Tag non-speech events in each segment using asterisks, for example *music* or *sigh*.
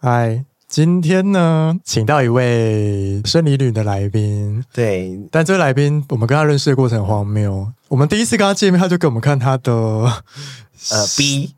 嗨，今天呢，请到一位生理女的来宾，对，但这位来宾我们跟他认识的过程很荒谬。我们第一次跟他见面，他就给我们看他 *laughs* 的，呃，B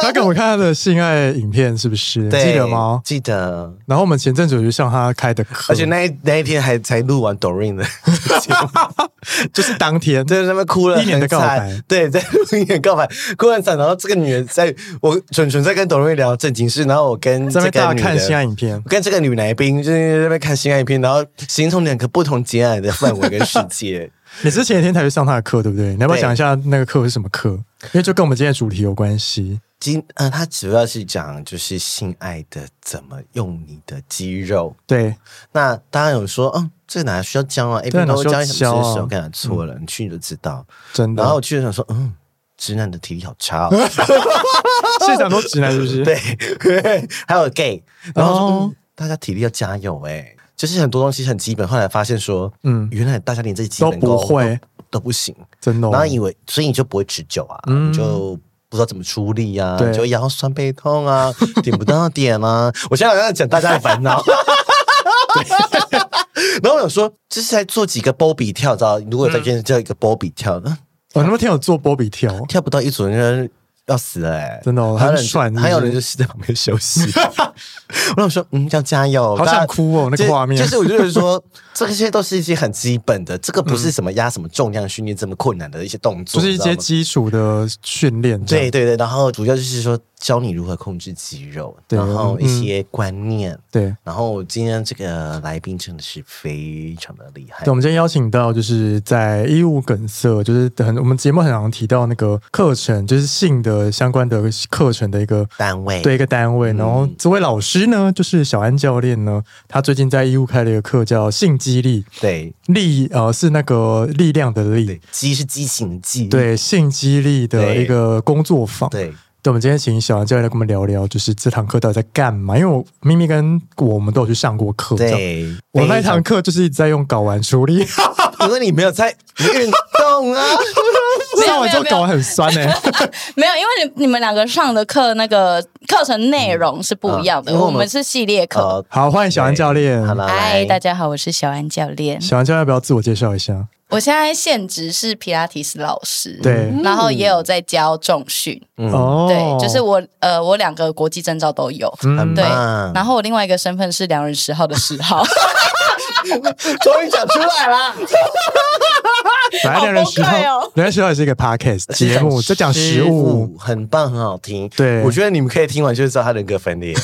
他给我们看他的性爱影片，是不是？你对记得吗？记嗯得。然后我们前阵子有去上他开的课，而且那一那一天还才录完 Doreen 的 *laughs* 节 *laughs* 目，就是当天，在那边哭了一年的告白很惨对，在录一年告白，哭很惨。然后这个女人在我纯纯在跟 Doreen 聊正经事，然后我跟在这那边个大女家看的性爱影片。我跟这个女来宾就是在那边看新爱片，然后形成两个不同截然的范围跟世界。 *laughs* 你是前一天才去上他的课，对不对？你要不要对讲一下那个课是什么课？因为就跟我们今天的主题有关系。今呃，它主要是讲就是性爱的怎么用你的肌肉。对，那当然有说，嗯，这哪需要教啊？A 对 B 哪都会需要教教你什么知啊识，我跟你讲错了，你去你就知道。真的。然后我去就想说，嗯，直男的体力好差哦。 *laughs* 现场都直男是不是？，对，还有 gay，然后说、哦嗯、大家体力要加油哎、就是很多东西很基本，后来发现说，嗯嗯，原来大家连这 *laughs* 基都本不会，都不行，真的哦嗯然后以为，所以你就不会持久啊，你就不知道怎么出力啊，对你就腰酸背痛啊， *laughs* 点不到点啊。我现在好像在讲大家的烦 *laughs* 恼。然后我想说，就是在做几个波比跳，知道？如果再嗯见叫一个波比跳，嗯我那么哦天有做波比跳，跳不到一组人要死了、欸，真的哦还有很人喘还有人是不就是在旁边休息。我想说，嗯，要加油，好大家想哭哦那个就画面就是我就 *laughs* 是说，这些都是一些很基本的，这个不是什么压什么重量训练这么困难的一些动 *laughs* 嗯作，就是一你知道些吗基础的训练。这对样对对，然后主要就是说教你如何控制肌肉，对然后嗯一些观念。对然后今天这个来宾真的是非常的厉害对，我，们今天邀请到就是在医务梗塞，就是很我们节目很常提到那个课程，就是性的相关的课程的一个单位对一个单位。然嗯后这位老师呢，就是小安教练呢，他最近在医务开了一个课叫性激励，对力呃是那个力量的力对，，激是激情的激，对性激励的对一个工作坊。对对，我们今天请小杨教练来跟我们聊聊，就是这堂课到底在干嘛？因为我咪咪跟我们都有去上过课，这样。对，我那一非常堂课就是一直在用睾丸处 *laughs* 理，因为你没有在运 *laughs* 动啊，没有上完之后没有睾丸很酸哎、没有，因为你你们两个上的课那个课程内容是不一样嗯的，因为我我们们是系列课。呃，好，欢迎小安教练。好了，嗨，来大家好，我是小安教练。小安教练要不要自我介绍一下？我现在现职是皮拉提斯老师，对然后也有在教重训，嗯哦，对，就是我呃，我两个国际证照都有，嗯很对，棒，然后我另外一个身份是良人十号的十号，终于讲出来了，本来两人十号，好崩溃两哦人十号也是一个 podcast 节目，在讲食物，，很棒，很好听。对我觉得你们可以听完就知道他人格分 *laughs* 裂。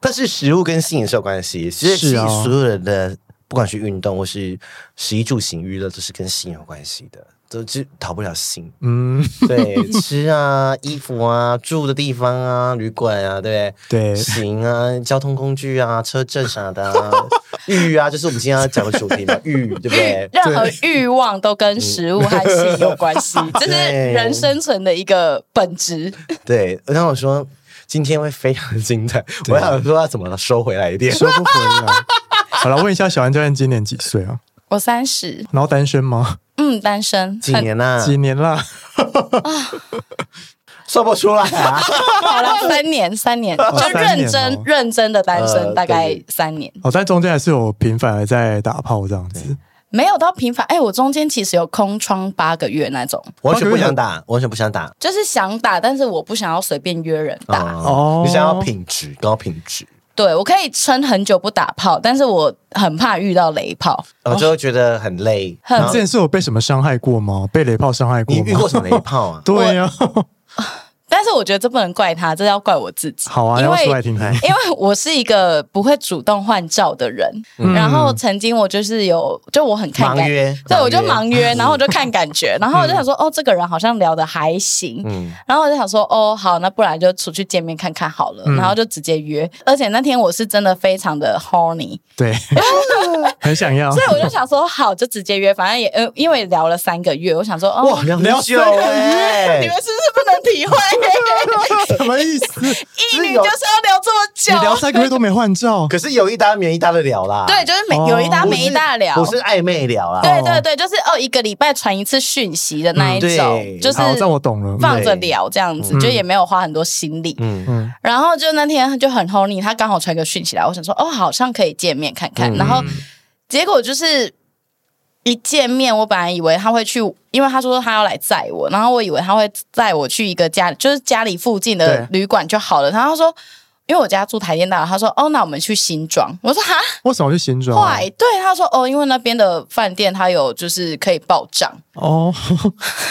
但是食物跟性也是有关系，其实是啊。所有人的不管是运动或是食衣住行娱乐，都是跟性有关系的，都是逃不了性嗯，对，吃啊，衣服啊，住的地方啊，旅馆啊，对不对对？行啊，交通工具啊，车震啥的 *laughs* 啊，欲啊，就是我们今天要讲的主题嘛，欲，对不对？ *laughs* *laughs* 任何欲望都跟食物和性有关系，这是对人生存的一个本质。对，然后我说今天会非常的精彩，我想说要怎么收回来一点。收不回来。好了，问一下小安教练今年几岁啊？我三十，然后单身吗？嗯，单身，几很年呐、几年啦？算不出来 *laughs* 啊！好了，三年，三年，就三年认哦真、认真的单呃身，大概对三年，哦，但中间还是有频繁的在打炮这样子。没有到频繁。哎、我中间其实有空窗八个月那种，完全不想打，完全不想打。嗯就是想打，但是我不想要随便约人打。哦哦你想要品质，高品质，对我可以撑很久不打炮，但是我很怕遇到雷炮。我就会觉得很累。很然你后之前是有被什么伤害过吗？被雷炮伤害过你遇吗？？*laughs* 过什么雷炮啊对呀、但是是我觉得这不能怪他，这要怪我自己。 *laughs* 好啊，因要出来为听听。因为我是一个不会主动换照的人，嗯然后曾经我就是有，就我很看盲感，约，对我就盲盲约，约，然后我就看感觉，然后我就想说，嗯哦，这个人好像聊的还行，嗯，然后我就想说，哦，好，那不然就出去见面看看好了，嗯然后就直接约。而且那天我是真的非常的 horny， *laughs* 对，很想要所。以我就想说，好，就直接约，反正也呃，因为聊了三个月，我想说，哦，哇，两聊很久三哎你们，是不是不能 *laughs* 体会？什么意 *laughs* 思？一女就是要聊这么你聊久，三个月都没换照，可是有一搭没一搭的聊啦，对，就是没哦有一搭不没是，一搭聊。不是暧昧聊啦，对对对，就是哦，一个礼拜传一次讯息的那一嗯对种，就是好，这样我懂了。放着聊这样子，嗯就也没有花很多心力。嗯嗯，然后就那天就很 horny，他刚好传一个讯息来，我想说哦，好像可以见面看看。嗯然后结果就是一见面，我本来以为他会去，因为他说他要来载我，然后我以为他会载我去一个家，就是家里附近的对旅馆就好了。然后他说。因为我家住台电大楼，他说哦，那我们去新庄。我说哈，为什么去新庄啊？坏、对，他说哦，因为那边的饭店他有就是可以报 *laughs* 账，哦，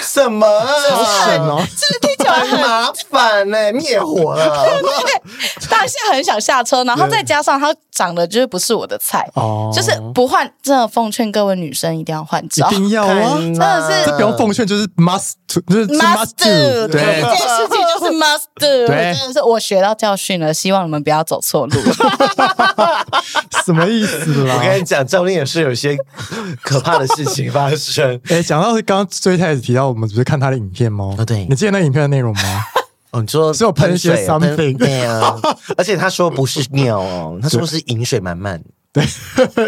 什么好啊？省 *laughs* 哦。是不是听起来很很麻烦呢，灭火了。 *laughs* 当下很想下车，然后再加上他长得就是不是我的菜，哦，就是不换，真的奉劝各位女生一定要换一照。定要啊！看的是这不用奉劝，就是 must to，就是 Must do，do，对 *laughs* 这，件事情就是 must 对 do，真的是我学到教训了，希望你们不要走错 *laughs* 路。什么意思啦 *laughs* 我？跟你讲，教练也是有些可怕的事情发生。哎，讲到刚刚最开始提到，我们不是看他的影片吗啊？对你记得那影片的内容吗？ *laughs* *laughs* 哦，你说是有喷一些水喷 something 对啊，而且他说不是尿哦，他说是饮水满满，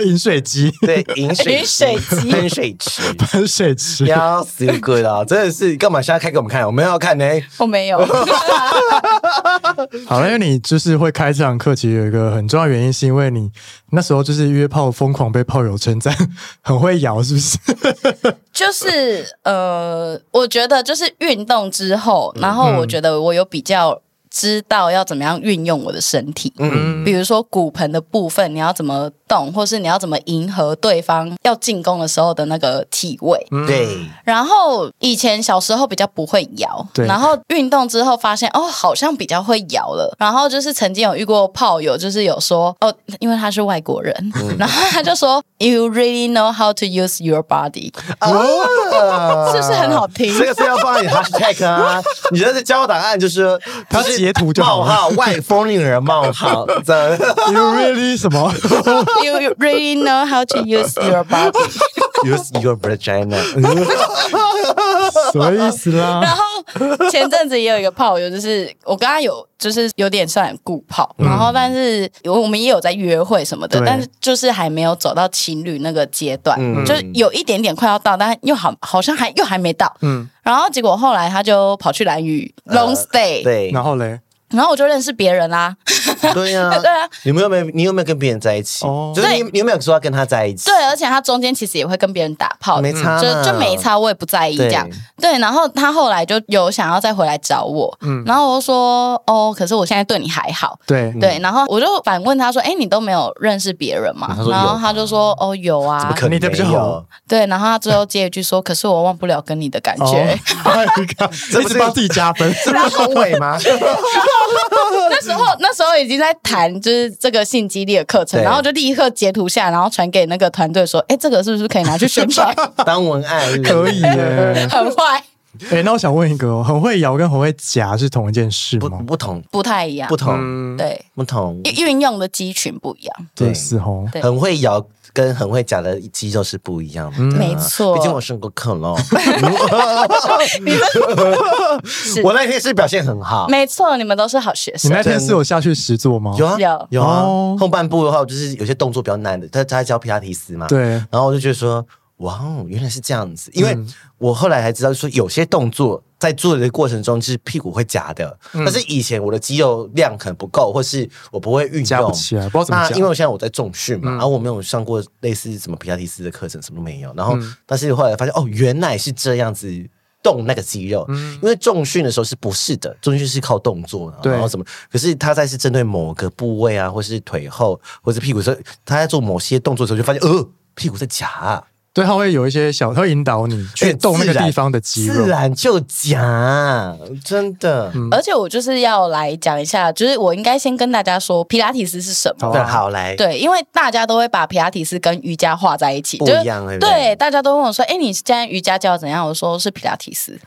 饮水机、对，饮水饮水机喷水池。喷水池，要死鬼了，啊真的是干嘛？现在开给我们看，我们要看呢。我没 *laughs* 有，好了，因为你就是会开这堂课，其实有一个很重要的原因，是因为你那时候就是约炮疯狂被炮友称赞，很会摇，是不 *laughs* 是？就是呃，我觉得就是运动之后，然嗯后我觉得我有比较知道要怎么样运用我的身体，嗯，比如说骨盆的部分，你要怎么动，或是你要怎么迎合对方要进攻的时候的那个体位。对，然后以前小时候比较不会摇，对然后运动之后发现哦，好像比较会摇了。然后就是曾经有遇过炮友，就是有说哦，因为他是外国人， *laughs* 然后他就说 You really know how to use your body，哦是不是很好听这个是要放在你 hashtag 啊，你的交友档案就是他截图就好冒号外风令人冒号，这样 You really 什 *laughs* 么？ You really know how to use your body。 use your vagina，什么意思啦？ *laughs* 然后前阵子也有一个炮友，就是我跟他有就是有点算固炮，然嗯后但是我们也有在约会什么的对，但是就是还没有走到情侣那个阶段，嗯就是有一点点快要到，但又好好像还又还没到。嗯，然后结果后来他就跑去蓝屿 long stay，、呃对然后嘞，然后我就认识别人啦、对呀， *laughs* 对啊，你们有没有你有没有跟别人在一起哦？就是你你有没有说要跟他在一起？对，而且他中间其实也会跟别人打炮，没差就啦就没差，我也不在意对这样。对，然后他后来就有想要再回来找我，嗯然后我就说哦，可是我现在对你还好，对，对，然后我就反问他说：“哎，你都没有认识别人吗嗯他？”说然后有他就说：“哦，有怎啊么。可能你的比较没有好，对，然后他最后接一句说：“可是我忘不了跟你的感哦觉。，哎呀 *laughs* 这一不是直帮自己加分，这不是恭维吗？ *laughs* 那时候那时候已经在谈就是这个性激励的课程，对然后我就立刻截图下来，然后传给那个团队说：“哎，这个是不是可以拿去宣传？。当文案是不是可以耶 *laughs* *laughs* 很坏，哎，那我想问一个哦，很会摇跟很会夹是同一件事不吗？不同不太一样不。同嗯，对，不同，运运用的肌群不一样。对，是哦。对很会摇跟很会夹的肌肉是不一样的，嗯没错嗯毕竟我上过课喽。 *laughs* *laughs* 你们我那天是表现很好，没错，你们都是好学你生。那天是有下去实做吗？有啊有有啊哦。后半部的话，就是有些动作比较难的，他他在教皮拉提斯嘛，。对，然后我就觉得说，哇哦，原来是这样子，因嗯为我后来才知道说，有些动作在做的过程中是屁股会夹的，嗯但是以前我的肌肉量可能不够，或是我不会运夹不动。起来，不知道怎么那夹因为。我现在我在重训嗯嘛，然啊后我没有上过类似什么皮拉提斯的课程，什么都没有。然后，嗯但是后来发现哦，原来是这样子动那个肌肉，因为重训的时候是不是的，重训是靠动作，嗯对然后什么。可是他在是针对某个部位啊，或是腿后，或是屁股的时候，他在做某些动作的时候，就发现呃，屁股在夹啊、对，他会有一些小，他会引导你去动那个地方的肌肉哎嗯自。然就讲，真的。而且我就是要来讲一下，就是我应该先跟大家说皮拉提斯是什么。好对，啊好来，对，因为大家都会把皮拉提斯跟瑜伽画在一起，不就一样对是不对对，大家都问我说：“哎，你现在瑜伽教得怎样？”我说是皮拉提斯，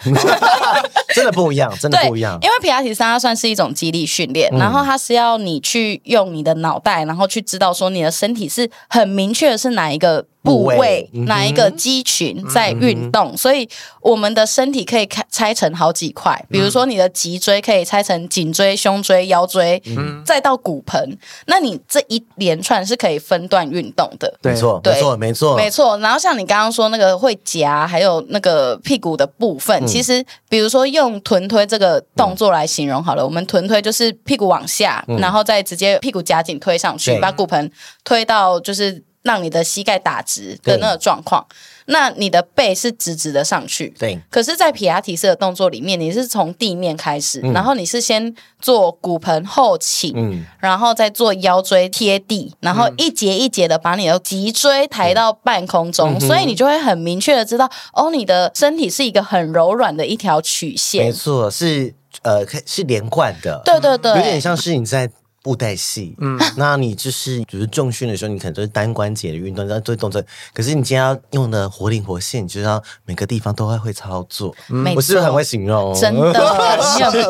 真的不一样，真的对，不一样。因为皮拉提斯它算是一种肌力训练，嗯然后它是要你去用你的脑袋，然后去知道说你的身体是很明确的是哪一个部部位位、嗯哼嗯哪一个肌群在运动，所以我们的身体可以拆拆成好几块，比嗯如说你的脊椎可以拆成颈椎、胸椎、腰椎，嗯再到骨盆，那你这一连串是可以分段运动的。对没错，对没错，没错，没错，然后像你刚刚说那个会夹，还有那个屁股的部分，其实比如说用臀推这个动作来形容好了，我们臀推就是屁股往下，然后再直接屁股夹紧推上去对，把骨盆推到就是让你的膝盖打直的那个状况，那你的背是直直的上去。对，可是，在皮拉提式的动作里面，你是从地面开始，然后你是先做骨盆后倾，嗯，然后再做腰椎贴地，然后一节一节的把你的脊椎抬到半空嗯中，所以你就会很明确的知道，哦，你的身体是一个很柔软的一条曲没线。错，是呃，可是连贯的，对对对，有点像是你在布袋戏，嗯，那你就是就是重训的时候，你可能就是单关节的运动，然后做动作，可是你今天要用的活灵活现，你就是要每个地方都会会操作，嗯没我是不是很错会形容？真的，你很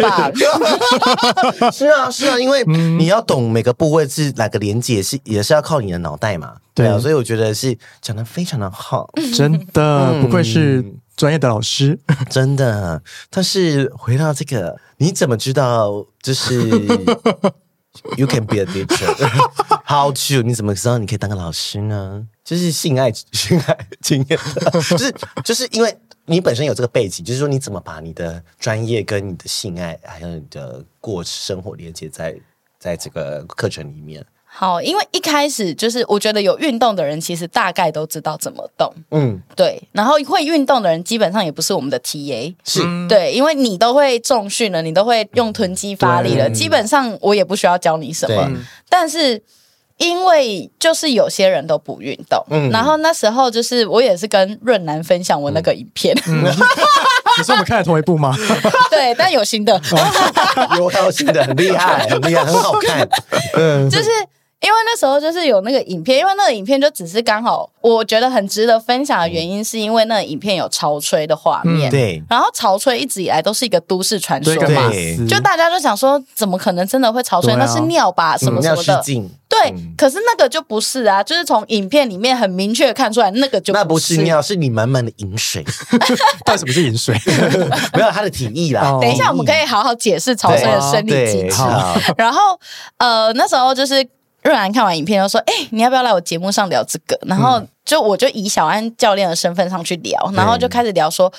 *laughs* 棒。是啊，是啊，因为你要懂每个部位是哪个连接，是也是要靠你的脑袋嘛。对啊，所以我觉得是讲的非常的 *laughs* 好，真嗯的不愧是专业的老师。真的。但是回到这个，你怎么知道就是 *laughs* you can be a *laughs* teacher？How to？你怎么知道你可以当个老师呢？就是性爱性爱经验的，就是就是因为你本身有这个背景，就是说你怎么把你的专业跟你的性爱还有你的过生活连接在在这个课程里面。好，因为一开始就是我觉得有运动的人，其实大概都知道怎么动，嗯，对。然后会运动的人，基本上也不是我们的 TA， *laughs* 是，对，因为你都会重训了，你都会用臀肌发力了，基本上我也不需要教你 *laughs* 什么对。但是因为就是有些人都不运动，嗯然后那时候就是我也是跟润南分享我那个影片，嗯可是我们看了同一部 *laughs* 吗？ *laughs* 对，但有新的，哦有高兴的，很厉害，很厉害，很好 *laughs* 看。嗯，就是因为那时候就是有那个影片，因为那个影片就只是刚好我觉得很值得分享的原因，是因为那个影片有潮吹的画嗯面，对，然后潮吹一直以来都是一个都市传说对，干嘛嘛。对死？就大家就想说，怎么可能真的会潮吹？对啊那是尿吧，什么什要么失的。禁，对，嗯可是那个就不是啊，就是从影片里面很明确地看出来，那个就那不是是。尿，是你满满的饮 *laughs* 水，到底什么是饮水？ *laughs* 没有他的体液啦哦。等一下，我们可以好好解释潮生的生理机对，制。好，然后，呃，那时候就是润然看完影片就说：“哎、你要不要来我节目上聊这个？”然后嗯就我就以小安教练的身份上去聊，然后就开始聊说：“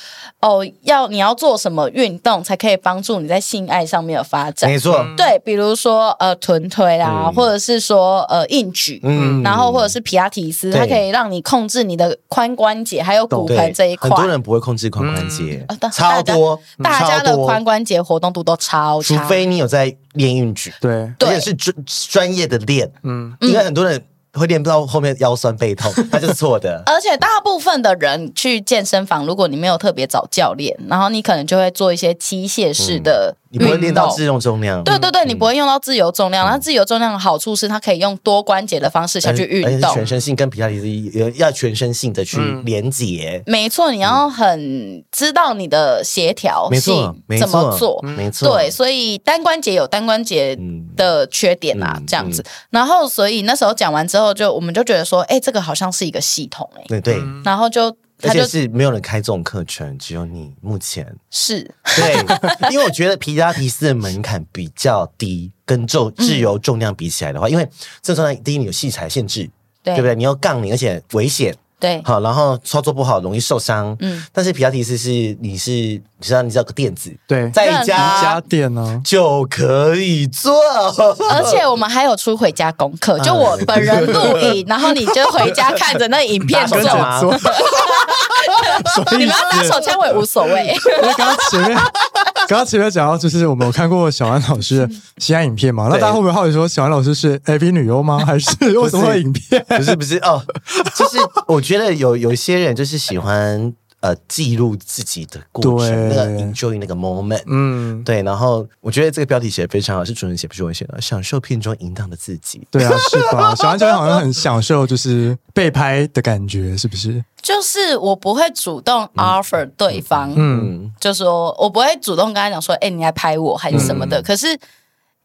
哦，要你要做什么运动才可以帮助你在性爱上面的发展？”没错，对，比如说呃臀推啦，或者是说呃硬举，嗯然后或者是皮拉提斯，它对可以让你控制你的髋关节还有骨对盆这一，块很。多人不会控制髋关节呃大，超多，大家超的髋多，关节活动度都超除差，非你有在练运举，对，对而且是专专业的练，嗯，因为很多人会练到后面腰酸背痛，那就是错 *laughs* 的。而且大部分的人去健身房，如果你没有特别找教练，然后你可能就会做一些机械式的你不会练到运动自。重重量，对对对，你不会用到自由重嗯量。那自由重量的好处是，它可以用多关节的方式下去而且运是动。全身性跟皮亚迪斯要要全身性的去连接，没错，你要很知道你的协调没嗯性错，没怎么错，做。没错，对，所以单关节有单关节嗯的缺点啦，嗯这样子。然后，所以那时候讲完之后就，我们就觉得说，哎、这个好像是一个系统、哎、对对，然后就嗯而他且就是没有人开这种课程，只有你目前。是 *laughs* 对，因为我觉得皮拉提斯的门槛比较低，跟重自由重量比起来的话，因为这重量第一你有器材限制，对对不对？你有杠铃，而且危险。对好，然后操作不好容易受伤。嗯嗯，但是皮拉提斯是你是你知道你知道个垫子，嗯对在家家电呢？就可以做。 *laughs* 而且我们还有出回家功 *laughs* 课，就我本人录影，然后你就回家看着那影 *laughs* 片打手做哎跟。枪着做，所你以们要打手枪我也无所 *laughs* 谓，因为刚刚前面刚刚前面讲到，就是我们有看过小安老师的西安影片嘛，那大家会不会好奇说，小安老师是 AV 女优 *laughs* 吗？还是为什么会影片？不是不是 *laughs* 哦，就是我觉得有有一些人就是喜欢呃记录自己的过程，那对个 enjoy 那个 moment，嗯，对。然后我觉得这个标题写的非常好，是主人写不是我写的，享受片中淫荡的自己。对啊，是吧？ *laughs* 小安这边好像很享受就是被拍的感觉，是不是？ *laughs* 就是我不会主动 offer 对方，嗯就说我不会主动跟他讲说，哎、你来拍我还是什嗯么的。可是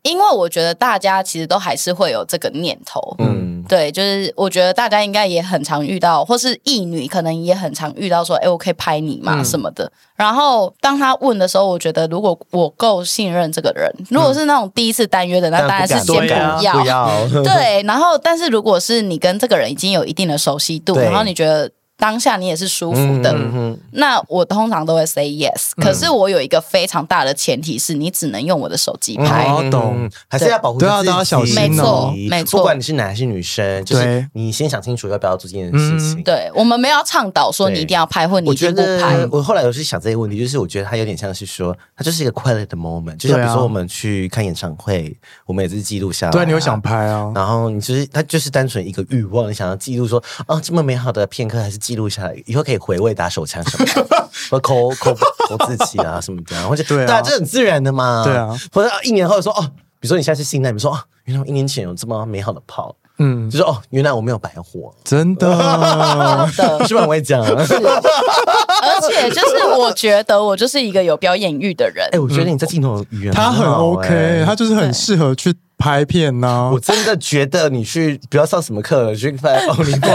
因为我觉得大家其实都还是会有这个念头，嗯，对，就是我觉得大家应该也很常遇到，或是异女可能也很常遇到说，哎、我可以拍你嗯吗？什么的。然后当他问的时候，我觉得如果我够信任这个人，如果是那种第一次单约的，那当然是嗯先不不敢啊敢要。不要，嗯对，然后但是如果是你跟这个人已经有一定的熟悉度，对然后你觉得当下你也是舒服的，嗯那我通常都会 say yes。可是我有一个非常大的前提是你只能用我的手机拍。嗯哦懂，还是要保护对啊自己大家小心哦没错没错不管你是男还是女生，就是对嗯你先想清楚要不要做这件事情。对，我们没有要倡导说你一定要拍，或你我一觉定不拍得。 *laughs* 我后来有去想这些问题，就是我觉得它有点像是说，它就是一个快乐的 moment，就像比如说我们去看演唱会，我们也是记录下来、啊对，你有想。拍啊？然后你就是它就是单纯一个欲望，你想要记录说啊这么美好的片刻，还是记录下来，以后可以回味打手枪什么的，或抠 *laughs* 抠抠自己啊什么的，或者对啊大家这很自然的嘛，对啊，或者啊一年后说哦，比如说你现在是性男，你说哦，原来我一年前有这么美好的泡，嗯就，是哦，原来我没有白活， *laughs* 真 *laughs* 的，嗯的，是不是很会啊讲？而且就是我觉得我就是一个有表演欲的人哎、，我觉得你在镜头语言嗯他很好 OK，哎他就是很对适合去拍片啊呐 *laughs* 我。真的觉得你去不要上什么课了，去看哦奥 *laughs* 林匹克，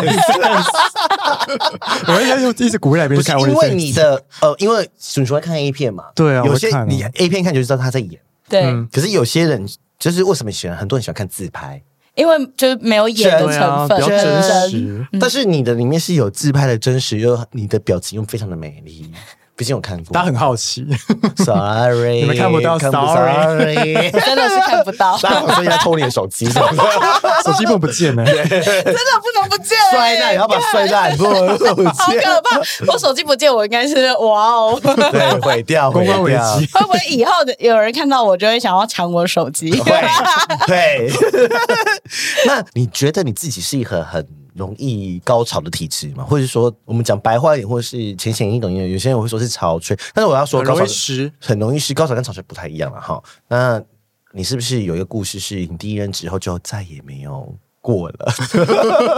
我应该就一直鼓励来不宾是看，我因一直为你的呃，因为你喜欢看 A 片嘛，对啊有我些看啊你 A 片看就知道他在演，对，嗯可是有些人就是为什么喜欢很多人喜欢看自拍，因为就是没有演的对啊，成比分，较对真啊实。嗯但是你的里面是有自拍的真实，又你的表情又非常的美丽。毕竟我看过，大家很好 *laughs* 奇， sorry， *laughs* 你们看不到看不 sorry *laughs* sorry 真的是看不到，大真家好像在偷你的手机，手机本不见了，欸 *laughs* 啊的不能不见，欸摔烂，然后把它摔烂，不能手好机，可怕！我手机不见，我应该是哇哦，会 *laughs* 对，毁掉，公关毁危掉，机。不会以后有人看到我就会想要抢我手机？对， *laughs* 那你觉得你自己是一个很容易高潮的体质吗？或者说，我们讲白话一点，或者是浅显易懂一点，有些人会说是潮吹，但是我要说很容高易潮湿很容易湿，高潮跟潮吹不太一样了哈。那你是不是有一个故事，是你第一任之后就再也没有过了？ *laughs*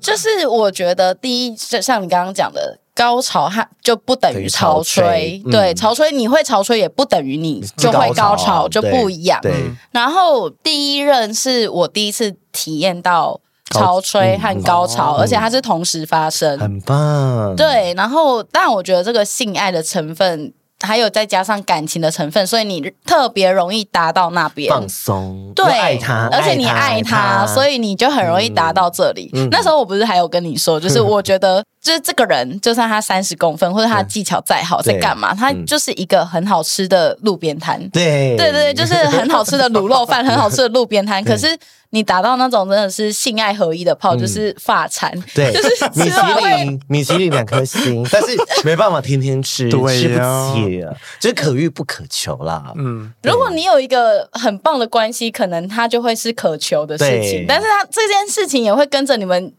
就是我觉得第一，就像你刚刚讲的。高潮它就不等于潮吹，等于潮吹对，嗯潮吹你会潮吹也不等于你 *laughs* 就会高潮，就不一样。嗯对，然后第一任是我第一次体验到高潮吹和高潮，嗯而且它是同时发生，很棒，，对，然后但我觉得这个性爱的成分，还有再加上感情的成分，所以你特别容易达到那边。放松，对，又爱他，而且你爱嗯爱他，所以以你就很容易达到这里。那时候我不是还有跟你 *laughs* 说，就是我觉得，就是这个人，就算他三十公分，或者他技巧再好，对在干嘛，他嗯就是一个很好吃的路边摊。对，对对，对，就是很好吃的卤肉饭，很好吃的路 *laughs* 边摊。可是你达到那种真的是性爱合一的泡，就是发缠，嗯 *laughs* 对，就是米吃其完会林，米其林两颗星，但是没办法天天吃，*laughs* 吃对不呀起啊，就是可遇不可求啦。嗯，如果你有一个很棒的关系，可能它就会是可求的事对情，但是它这件事情也会跟着你们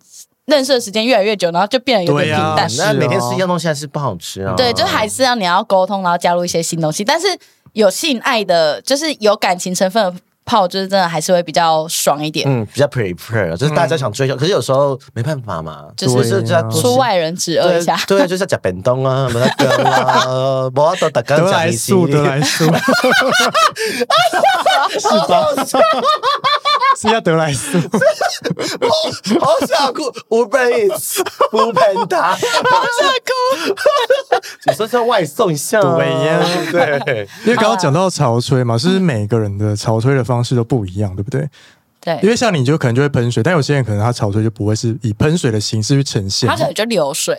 认识的时间越来越久，然后就变得有点对平啊淡。是那每天吃一样东西还是不好吃啊。对，就还是要你要沟通，然后加入一些新东西，但是有性爱的，就是有感情成分的泡，就是真的还是会比较爽一点，嗯比较 prefer，就是大家想嗯追求，可是有时候没办法嘛，就是就是就要多吃出外人指恶一嗯对下。对，就是要讲本东 *laughs* 啊，什么的啦，我都大家得讲来一 *laughs* 速，得来速，是吧？是要得来 *laughs* 速。 *laughs* 好想哭，Uber *laughs* Eats、u b e 好想哭。 *laughs* 有时候是要外送一下啊，对呀对。啊因为刚刚讲到潮吹嘛，是每个人的潮吹的方式都不一样，对不对？对因为像你就可能就会喷水，但有些人可能他潮吹就不会是以喷水的形式去呈现它。可能就流水，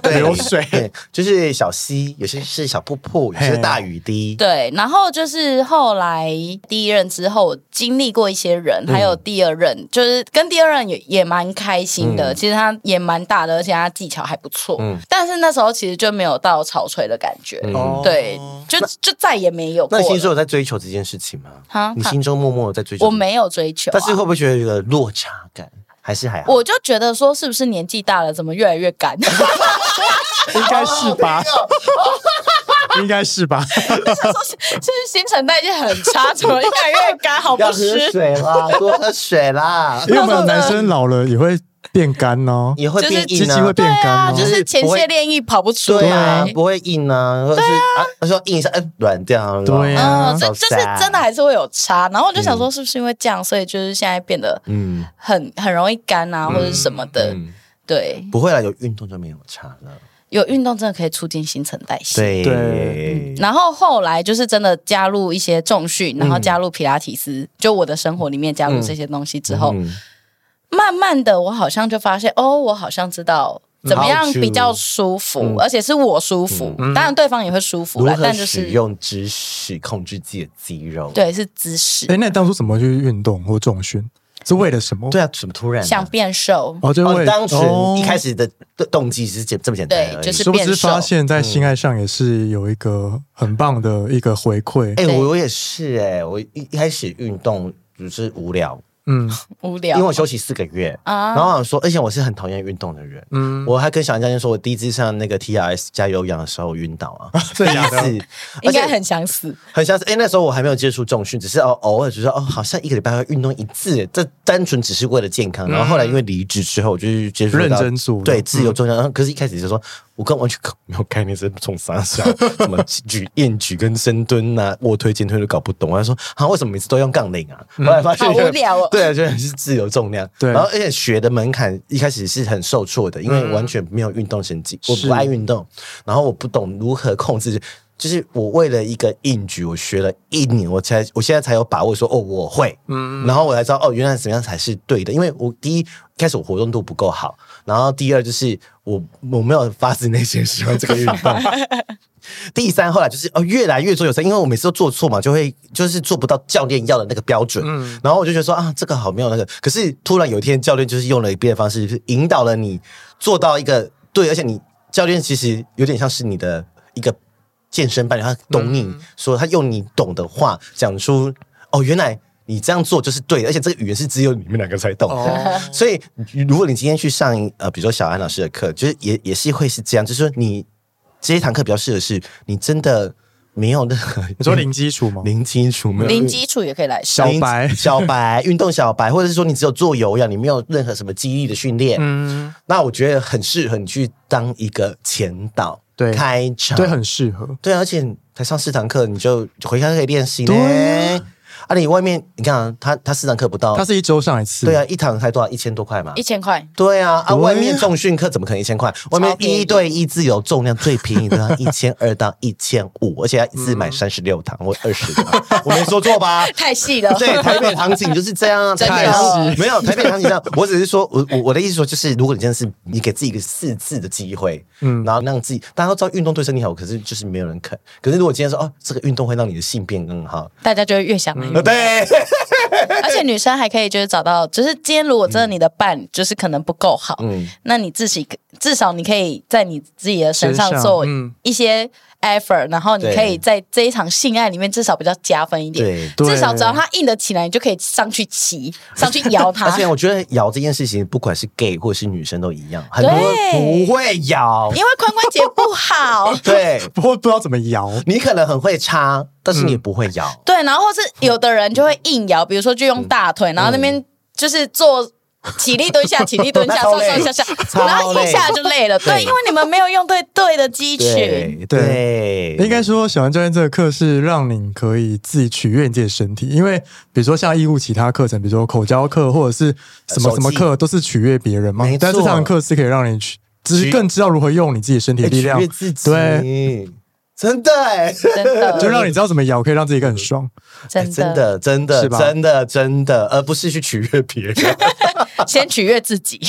对流水对，就是小溪，有些是小瀑布，有些是大雨滴。对，然后就是后来第一任之后，经历过一些人，嗯还有第二任，就是跟第二任也也蛮开心的。其实他也蛮大的，而且他技巧还不错。嗯但是那时候其实就没有到草吹的感觉，哦对，就就再也没有过那了。你心中有在追求这件事情吗？哈你心中默默有在追求？我，没有追求、啊，但是会不会觉得有个落差感？还是还好？我就觉得说，是不是年纪大了，怎么越来越干？ *laughs* 应该是吧？ *laughs* 应该是吧？我想说，是是不是新陈代谢很差，怎么越来越干？好不啊要喝湿，水啦， *laughs* 多喝水 *laughs* ，啦因为我们有男生老了也会变干哦，也会变鸡硬鸡会啊。变对干啊，哦。就是前卸练液跑不出对啊来，。不会硬啊，或者是啊，他说硬一下，哎，软掉了。对啊嗯，这早就是餐真的还是会有差，然后我就想说，是不是因为这样，所以就是现在变得嗯，很很容易干啊，或者是什么的。嗯对，不会啦，有运动就没有差了。有运动真的可以促进新陈代对嗯谢。对然后后来就是真的加入一些重训，嗯然后加入皮拉提斯，就我的生活里面加入这些东西之后，嗯慢慢的我好像就发现，哦，我好像知道怎么样 How to- 嗯比较舒服，而且是我舒服，当然对方也会舒服如啦，何但就使是用知识控制自己的肌肉？对是姿势，哎，那你当初怎么去运动或重训？是为了什么？对啊，怎么突然啊想变瘦，哦，就哦，为你当时哦一开始的动机是这这么简单对而已，就是殊不变知瘦发现，嗯在性爱上也是有一个很棒的一个回馈。哎，对我我也是哎，我一一开始运动就是无聊，嗯无因为聊我休息四个月，啊然后我想说，而且我是很讨厌运动的人，嗯，我还跟小杨教练说，我第一次上那个 TRS 加有氧的时候我晕倒啊， *laughs* 这样第一次，应该而且很想死，很像是，哎、那时候我还没有接触重训，只是偶偶尔觉得哦，好像一个礼拜会运动一次，这单纯只是为了健康。然后后来因为离职之后，我就去接触嗯到认真嗯做对自由重量。然后可是一开始就说，我根本完全没有概念是重啥 *laughs* 下，什么举硬举跟深蹲呐、啊、卧推、肩推都搞不懂。我还说，啊，为什么每次都用杠铃啊？嗯后来发现好无聊哦对啊，原来是自由重量。对然后而且学的门槛一开始是很受挫的，因为完全没有运动神经，我是不爱运动，然后我不懂如何控制。就是我为了一个硬举，我学了一年，我才我现在才有把握说哦我会，嗯，然后我才知道哦原来怎么样才是对的，因为我第一一开始我活动度不够好，然后第二就是我我没有发自内心喜欢这个运动，第三，后来就是哦，越来越做有成，因为我每次都做错嘛，就会就是做不到教练要的那个标准。然后我就觉得说啊，这个好没有那个。可是突然有一天，教练就是用了一遍的方式，就是引导了你做到一个对，而且你教练其实有点像是你的一个健身伴侣，他懂你，说他用你懂的话讲出哦，原来。你这样做就是对的，而且这个语言是只有你们两个才懂的。哦所以，如果你今天去上呃，比如说小安老师的课，就是也也是会是这样，就是说你这一堂课比较适合是你真的没有任何你说零基础吗？ *laughs* 零基础，没有零基础也可以来瘦。小白啊小 *laughs* 白运动小白，或者是说你只有做有氧，你没有任何什么肌力的训练，嗯，那我觉得很适合你去当一个前导，对开场，对，很适合。对，而且才上四堂课，你就回家就可以练习呢。对啊，你外面你看啊，他他四堂课不到它，是一周上一次，对啊，，一堂才多少一千多块嘛，一千块，对啊，对啊，啊外面重训课怎么可能一千块？外面便宜一对一自由重量最便宜 *laughs* 的一千二到一千五，而且要一次买三十六堂或二十堂，我没说错吧？嗯 *laughs* 太细了。 *laughs* 对，台北行情就是这样啊，真的台北行没有台北行情这样。我只是说，我我我的意思说，就是如果你真的是你给自己一个四次的机会，嗯，然后让自己大家都知道运动对身体好，可是就是没有人肯。可是如果今天说哦，这个运动会让你的性变更好，大家就会越想来 *laughs* 越对，而且女生还可以就是找到，就是今天如果真的你的伴就是可能不够好，嗯那你自己至少你可以在你自己的身上身上做嗯一些 effort，、然后你对可以在这一场性爱里面至少比较加分一点。对。对至少只要他硬得起来，你就可以上去骑，上去摇他 *laughs* 而。且我觉得咬这件事情，不管是 gay 或是女生都一样，很多对人不会咬。因为髋关节不好， *laughs* 对 *laughs* 不过不知道怎么摇，你可能很会插，但是你不会咬。对，然后或是有的人就会硬摇，比如说就用大腿，嗯然后那边就是做。起立蹲下，起立蹲下，那上 *laughs* 超累上下下，超累然后一下就累了。对，对因为你们没有用对对的肌群，对对对，应该说，小安教练这个课是让你可以自己取悦你自己的身体，因为比如说像义务其他课程，比如说口交课或者是什么呃手什技么课，都是取悦别人嘛没。错但这堂课是可以让你去，只是更知道如何用你自己身体的哎力量取悦自，己。对，真的哎、真 *laughs* 的，就让你知道怎么咬，可以让自己更爽。真真的的，真的，是吧真的，真的，而不是去取悦 *laughs* 别人。先取悦 *laughs* 自己。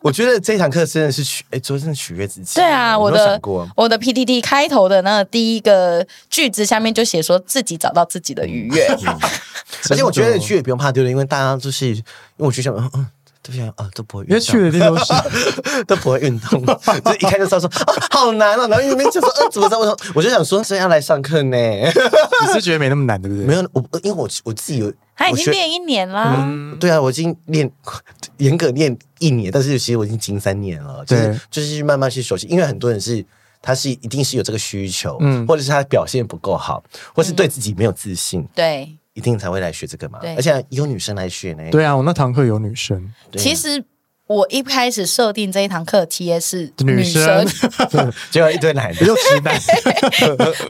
我觉得这堂课真的是取，哎、昨天真的取悦自己。对啊，我没有的想过，我的 PTT 开头的那个第一个句子下面就写说自己找到自己的愉悦， *laughs* 而且我觉真的得去也不用怕丢脸，因为大家就是因为我去想，嗯嗯，对不起啊，都不会运动，因为去的地方是 *laughs* 都不会 *laughs* 运动，就是一看就知道说啊，好难啊，然后一边就说，呃、怎么着？我说，我就想说，这要来上课呢？你是觉得没那么难，对不对？没有，我因为我我自己有，他已我经学，练一年啦。对啊，我已经练严格练一年，但是其实我已经近三年了，就是对就是去慢慢去熟悉，因为很多人是。他是一定是有这个需求，嗯，嗯或者是他表现不够好，或嗯是对自己没有自信，对，一定才会来学这个嘛对。而且有女生来学呢，对啊，我那堂课有女生，对其实我一开始设定这一堂课的 T A 是女生 *laughs* *laughs* 生，结果一堆男的也。就直 *laughs* 男，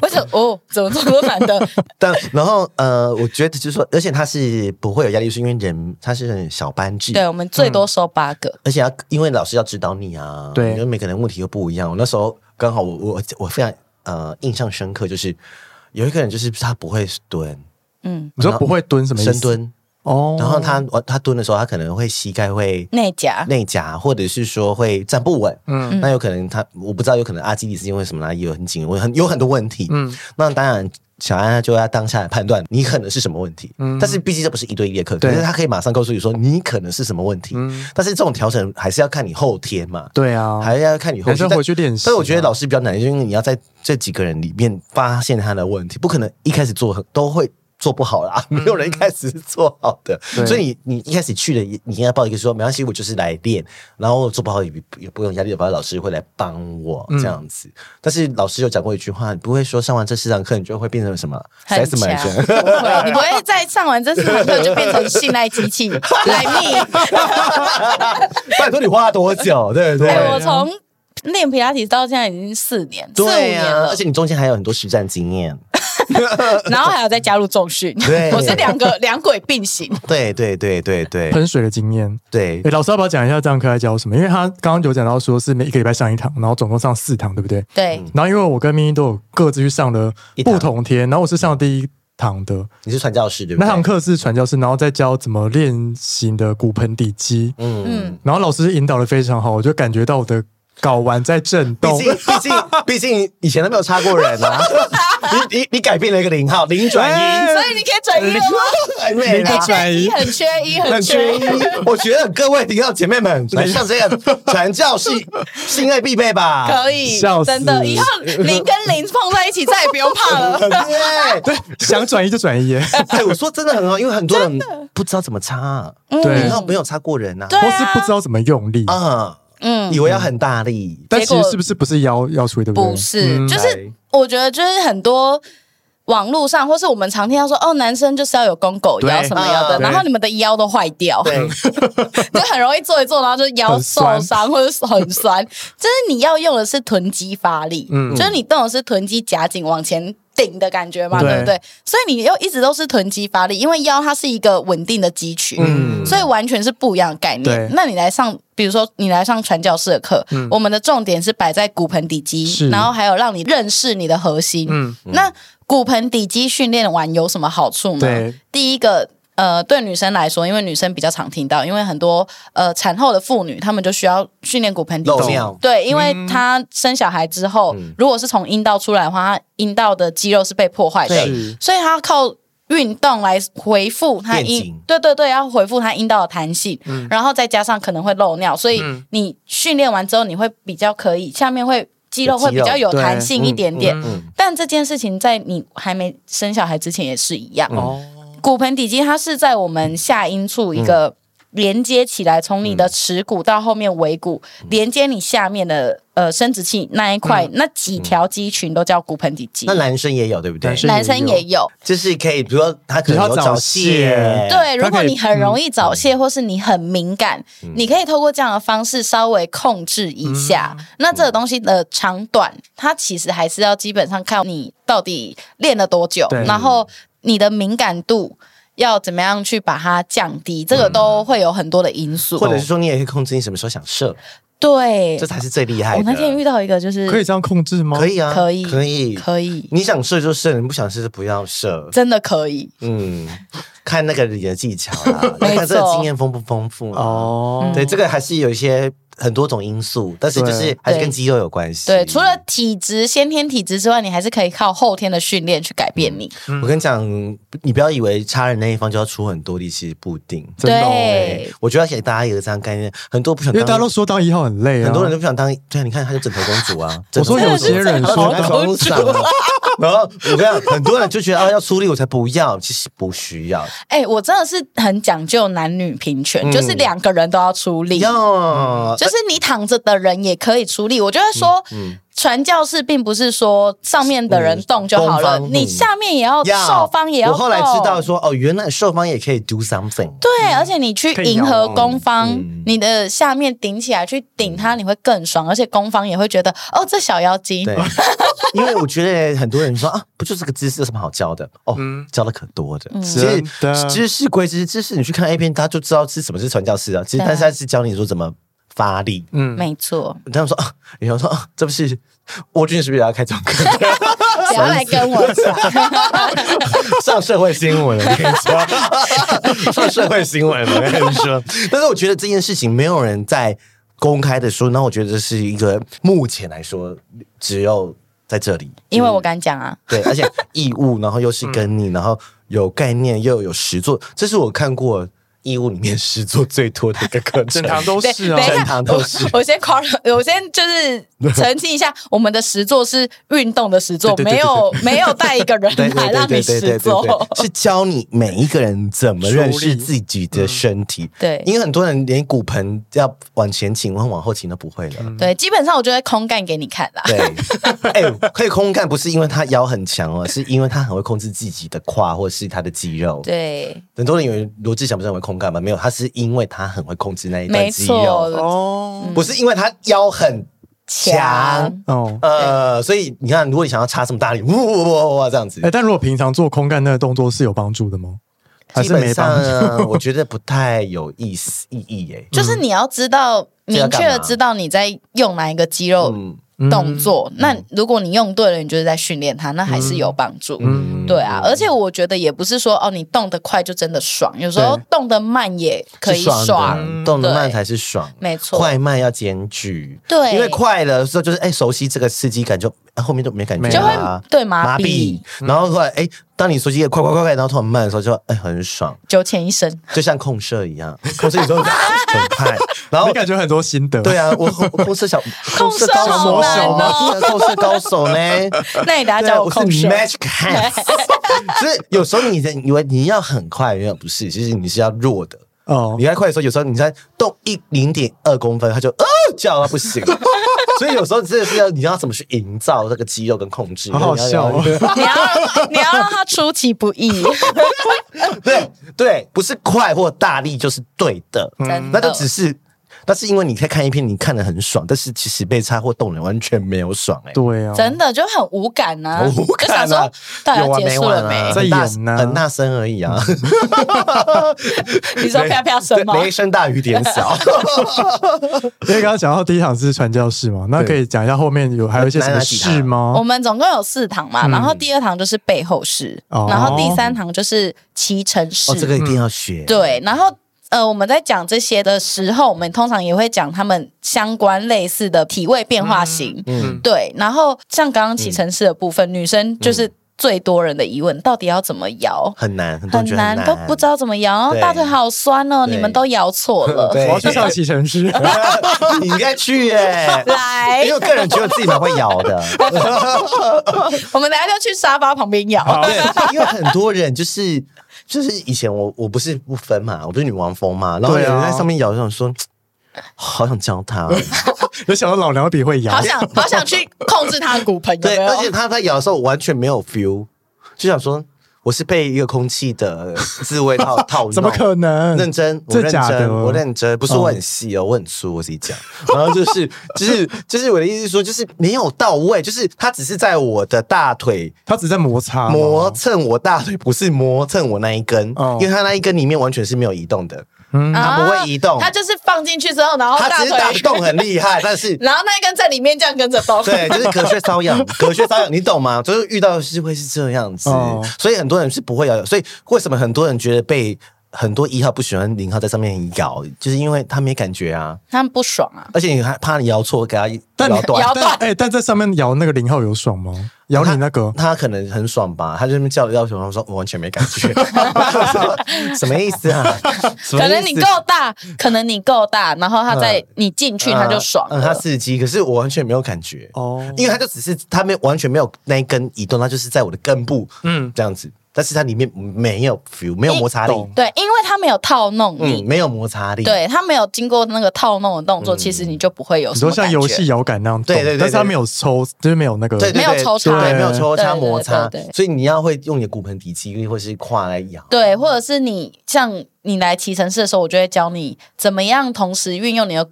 我想哦，怎么这么多男的？但然后呃，我觉得就是说，而且他是不会有压力，是因为人他是很小班制，对我们最多收八个，而且要因为老师要指导你啊，对因为每个人问题又不一样。我那时候刚好我我我非常呃印象深刻，就是有一个人就是他不会蹲嗯，你说不会蹲什么意思？深蹲，哦，然后他他蹲的时候，他可能会膝盖会内夹，内夹，或者是说会站不稳。啊嗯那有可能他我不知道，有可能阿基里斯因为什么哪里有很紧，我很有很多问题。嗯那当然，小安他就要当下来判断你可能是什么问题。嗯但是毕竟这不是一对一的课，可对是他可以马上告诉你说你可能是什么问题。嗯，但是这种调整还是要看你后天嘛，对啊，还要看你后男天生回去练习啊。所以我觉得老师比较难，因为你要在这几个人里面发现他的问题，不可能一开始做很都会做不好啦，没有人一开始是做好的。嗯对所以你你一开始去了，你你应该抱一个说没关系，我就是来练，然后做不好也不也不用压力，反正老师会来帮我嗯这样子。但是老师有讲过一句话，你不会说上完这四堂课你就会变成什么很 sex 强， man *laughs* 不会， *laughs* 你不会再上完这四堂课就变成信赖机器赖命。拜托你花 *laughs* 多久，对不对？啊哎，我从练皮拉提到现在已经四年，四五对啊年呀、了而，且你中间还有很多实战经验。然后还要再加入重训对，我是两个两轨并行。对对对对对喷水的经验。对诶，老师要不要讲一下这堂课在教什么？因为他刚刚有讲到说是每一个礼拜上一堂，然后总共上四堂，对不对？对，然后因为我跟咪咪都有各自去上了一堂不同天，然后我是上第一堂的，你是传教士对不那对？堂课是传教士，然后再教怎么练习你的骨盆底肌，嗯。然后老师引导的非常好，我就感觉到我的睾丸在震毕动。竟，毕竟，毕竟以前都没有插过人啊！你你你改变了一个零号，零转一，所以你可以转移了吗？太美啦零！转一移很缺一，很很缺缺一一。，我觉得各位零号姐妹们来上这个传教士性爱必备吧！可以，笑死真的，以后零跟零碰在一起，再也不用怕了。对，想转移就转移 *laughs* 耶，哎，我说真的很好，因为很多人不知道怎么插，对零号没有插过人啊，嗯对或啊是不知道怎么用力，啊，嗯，以为要很大力，但结其果实是不是不是腰腰出力，对对？不是，嗯就是我觉得就是很多。网络上，或是我们常听到说，哦，男生就是要有公狗腰对什么腰的，啊然后对你们的腰都坏掉，对， *laughs* 就很容易做一做，然后就腰很受酸伤或者是很 *laughs* 酸。就是你要用的是臀肌发力，嗯就是你动的是臀肌夹紧往前顶的感觉嘛，对对不对？所以你又一直都是臀肌发力，因为腰它是一个稳定的肌群，嗯所以完全是不一样的概念对。嗯那你来上，比如说你来上传教士的课，我们的重点是摆在骨盆底肌，是然后还有让你认识你的核心。嗯那骨盆底肌训练完有什么好处呢？对第一个。呃，对女生来说，因为女生比较常听到，因为很多呃产后的妇女，她们就需要训练骨盆底漏肌。尿，对，因为她生小孩之后，如果是从阴道出来的话，她阴道的肌肉是被破坏的对，是所以她要靠运动来回复她变阴紧，对对对，要回复她阴道的弹性，然后再加上可能会漏尿，所以你训练完之后，你会比较可以，下面会肌肉会比较有对弹性一点点。嗯但这件事情在你还没生小孩之前也是一样，哦，骨盆底肌它是在我们下阴处一个连接起来，从你的耻骨到后面尾骨、连接你下面的呃生殖器那一块，那几条肌群都叫骨盆底肌那。男生也有对不对男？生嗯男生也有，就是可以，比如说他可能有比较早早泄，泄对。如它果哎可以嗯你很容易早泄，或是你很敏感，你可以透过这样的方式稍微控制一下。嗯那这个东西的长短，它其实还是要基本上看你到底练了多久对，然后你的敏感度。要怎嗯么样去把它降低？这个都会有很多的因素，或者是说你也可以控制你什么时候想射，对这，才是最厉害的。哦我那天遇到一个就是可以这样控制吗？可以啊，可以可以，可以你想射就射，你不想射就不要射。真的可以，嗯，看那个你的技巧啦， *laughs* 没错看这个经验丰不丰富哦。嗯哦，对，这个还是有一些很多种因素，但是就是对还是跟肌肉有关系。对，除了体质、先天体质之外，你还是可以靠后天的训练去改变你。我跟你讲，你不要以为差人那一方就要出很多力，其实不一定。真的哦对，我觉得要给大家一个这样的概念，很多不想因为当，大家都说当一号很累啊，很多人都不想当，对啊，你看她就枕头公主啊。我说有些人枕说 *laughs* 头枕头公公主主，然后我跟你讲，很多人就觉得啊，要出力我才不要，其实不需要，哎、我真的是很讲究男女平权，嗯就是两个人都要出力，要就是你躺着的人也可以出力。我就会说，传教士并不是说上面的人动就好了，嗯嗯东方你下面也要，受方也要我动。后来知道说，哦，原来受方也可以 do something。对，而且你去可以迎摇合哦攻方，嗯你的下面顶起来去顶它，你会更爽，而且攻方也会觉得哦，这小妖精。对，因为我觉得很多人说啊，不就是个知识，有什么好教的？哦，教的可多的。其实嗯真的知识归知识，知识你去看 A 片，他就知道是什么是传教士啊。其实对啊但是他是教你说怎么发力。嗯，没错，这样说啊，你要说啊，这不是郭俊是不是也要开这种课？ *laughs* 嗯不要来跟我讲，上社会新闻了，我跟你说， *laughs* 上社会新闻了，我跟你说。但是我觉得这件事情没有人在公开的说，那我觉得这是一个目前来说只有在这里，因为我敢讲啊， *laughs* 对，而且义务，然后又是跟你，然后有概念又有实作，这是我看过义务里面实作最多的一个课程整。堂都对，是啊等，一正下常，都是我我 *laughs* 先夸，我先就是澄清一下，我们的实作是运动的实作，对对对没有 *laughs* 没有带一个人对对来对让对你对实对对作。对，是教你每一个人怎么认处理识自己的身体。对因为很多人连骨盆要往前倾或往后倾都不会了。对，基本上我就会空干给你看啦。对， *laughs* 哎、可以空干不是因为他腰很强哦，是因为他很会控制自己的胯或是他的肌肉。对，很多人以为罗志祥不是很会空干吗？没有，他是因为他很会控制那一段没肌肉，错，哦不是因为他腰很强。强哦。呃，所以你看，如果你想要插这么大力，哇哇哇哇哇这样子哎、，但如果平常做空干那个动作是有帮助的吗？还基是没本上帮助？啊 *laughs* 我觉得不太有意思意义欸耶。就是你要知道这要明干确嘛的知道你在用哪一个肌肉嗯动作。那如果你用对了，你就是在训练它，那还是有帮助。嗯对啊，而且我觉得也不是说哦，你动得快就真的爽，有时候对动得慢也可以是爽的爽。动得对慢才是爽，没错快慢要兼具，对因为快了之后就是哎熟悉这个刺激感就，啊后面就没感觉就会啦对麻麻痹嗯痹，然后后来哎，当你熟悉的快快快快，然后突然慢的时候就哎很爽，九浅一深，就像控射一样， *laughs* 控射有时候很 *laughs* 快，然后你。感觉很多心得？对啊，我我我控射小控射高手控射好难啊，哦控射高手呢？那你等下对啊，教我控是制。 magic hands，就是有时候你的以为你要很快，原来不是，其实你是要弱的。哦你，太快的时候，有时候你在动一零点二公分，它就呃叫到不 *laughs* 行。所以有时候真的是要你要怎么去营造这个肌肉跟控制，好好笑哦你要你要你要让它出其不 *laughs* 意，哦对对，不是快或大力就是对的，真的那就只是。那是因为你在看一片，你看的很爽，但是其实被插或动人完全没有爽哎、欸，对啊，真的就很无感呐、好无就想感啊说，到底有要完结没束完了啊？没？在很大演啊很大声而已啊。 *laughs* 你说啪啪声吗？雷声大雨点 *laughs* 小，哦因为刚刚讲到第一场是传教士嘛，那可以讲一下后面有还有一些什么事我吗？们总共有四堂嘛，然后第二堂就是背后式，哦然后第三堂就是骑乘式。哦，这个一定要学。对，然后。呃，我们在讲这些的时候，我们通常也会讲他们相关类似的体位变化型，嗯，对。然后像刚刚骑乘式的部分，女生嗯就是最多人的疑问，到底要怎么摇？很难，很多很人觉得难，很难，都不知道怎么摇，然后对大腿好酸哦，对你们都摇错了。我 *laughs* 对要去上骑乘 *laughs* 师， *laughs* 你应该去耶、来因为，我个人觉得自己蛮会摇 *laughs* 的。我们等一下就去沙发旁边摇。对，因为很多人就是就是以前我我不是不分嘛，我不是女王风嘛，然后对有啊人在上面摇，就想说。好想教他，有想到老娘比会摇好，想好想去控制他的骨盆，有没对，而有且？他在摇的时候完全没有 feel，就想说我是被一个空气的自慰 *laughs* 套套弄，怎么可能？认真，嗯我这认假真，的？我认真，不是我很细哦，我很粗，我自己讲。 *laughs* 然后就是，就是，就是我的意思是说，就是没有到位，就是他只是在我的大腿他只是在摩擦吗磨蹭我大腿，不是磨蹭我那一根，哦因为他那一根里面完全是没有移动的。它不会移动，它啊就是放进去之后，然后它大只是打腿，洞很厉 *laughs* 害，但是然后那一根在里面这样跟着动。对，就是隔靴搔 *laughs* 痒，隔靴搔痒，你懂吗？就是遇到的是会是这样子，哦所以很多人是不会摇摇，所以为什么很多人觉得被很多一号不喜欢零号在上面摇，就是因为他没感觉啊，他们不爽啊，而且你还怕你摇错，给他但你摇断摇。但哎、但在上面摇那个零号有爽吗？摇你那个他可能很爽吧，他就在那边叫要求，我说我完全没感 *laughs* 觉，我说什么意思啊？什么可意思能你够大，可能你够大，然后他在你进去他就爽嗯，他了。刺激，可是我完全没有感觉，哦，因为他就只是他没有完全没有那一根移动，他就是在我的根部，嗯嗯，这样子，但是它里面没有 feel，没有摩擦力，懂对，因为他没有套弄嗯，嗯你，没有摩擦力，对他没有经过那个套弄的动作，其实你就不会有你什说么感像觉。游戏摇杆那样动，对对对对但是它没有抽，就是没有那个，对，对对没有抽插对，对没有抽插对对对摩擦对对，所以你要会用你的骨盆底肌力或是胯来摇，对，或者是你像你来骑乘式的时候，我就会教你怎么样同时运用你的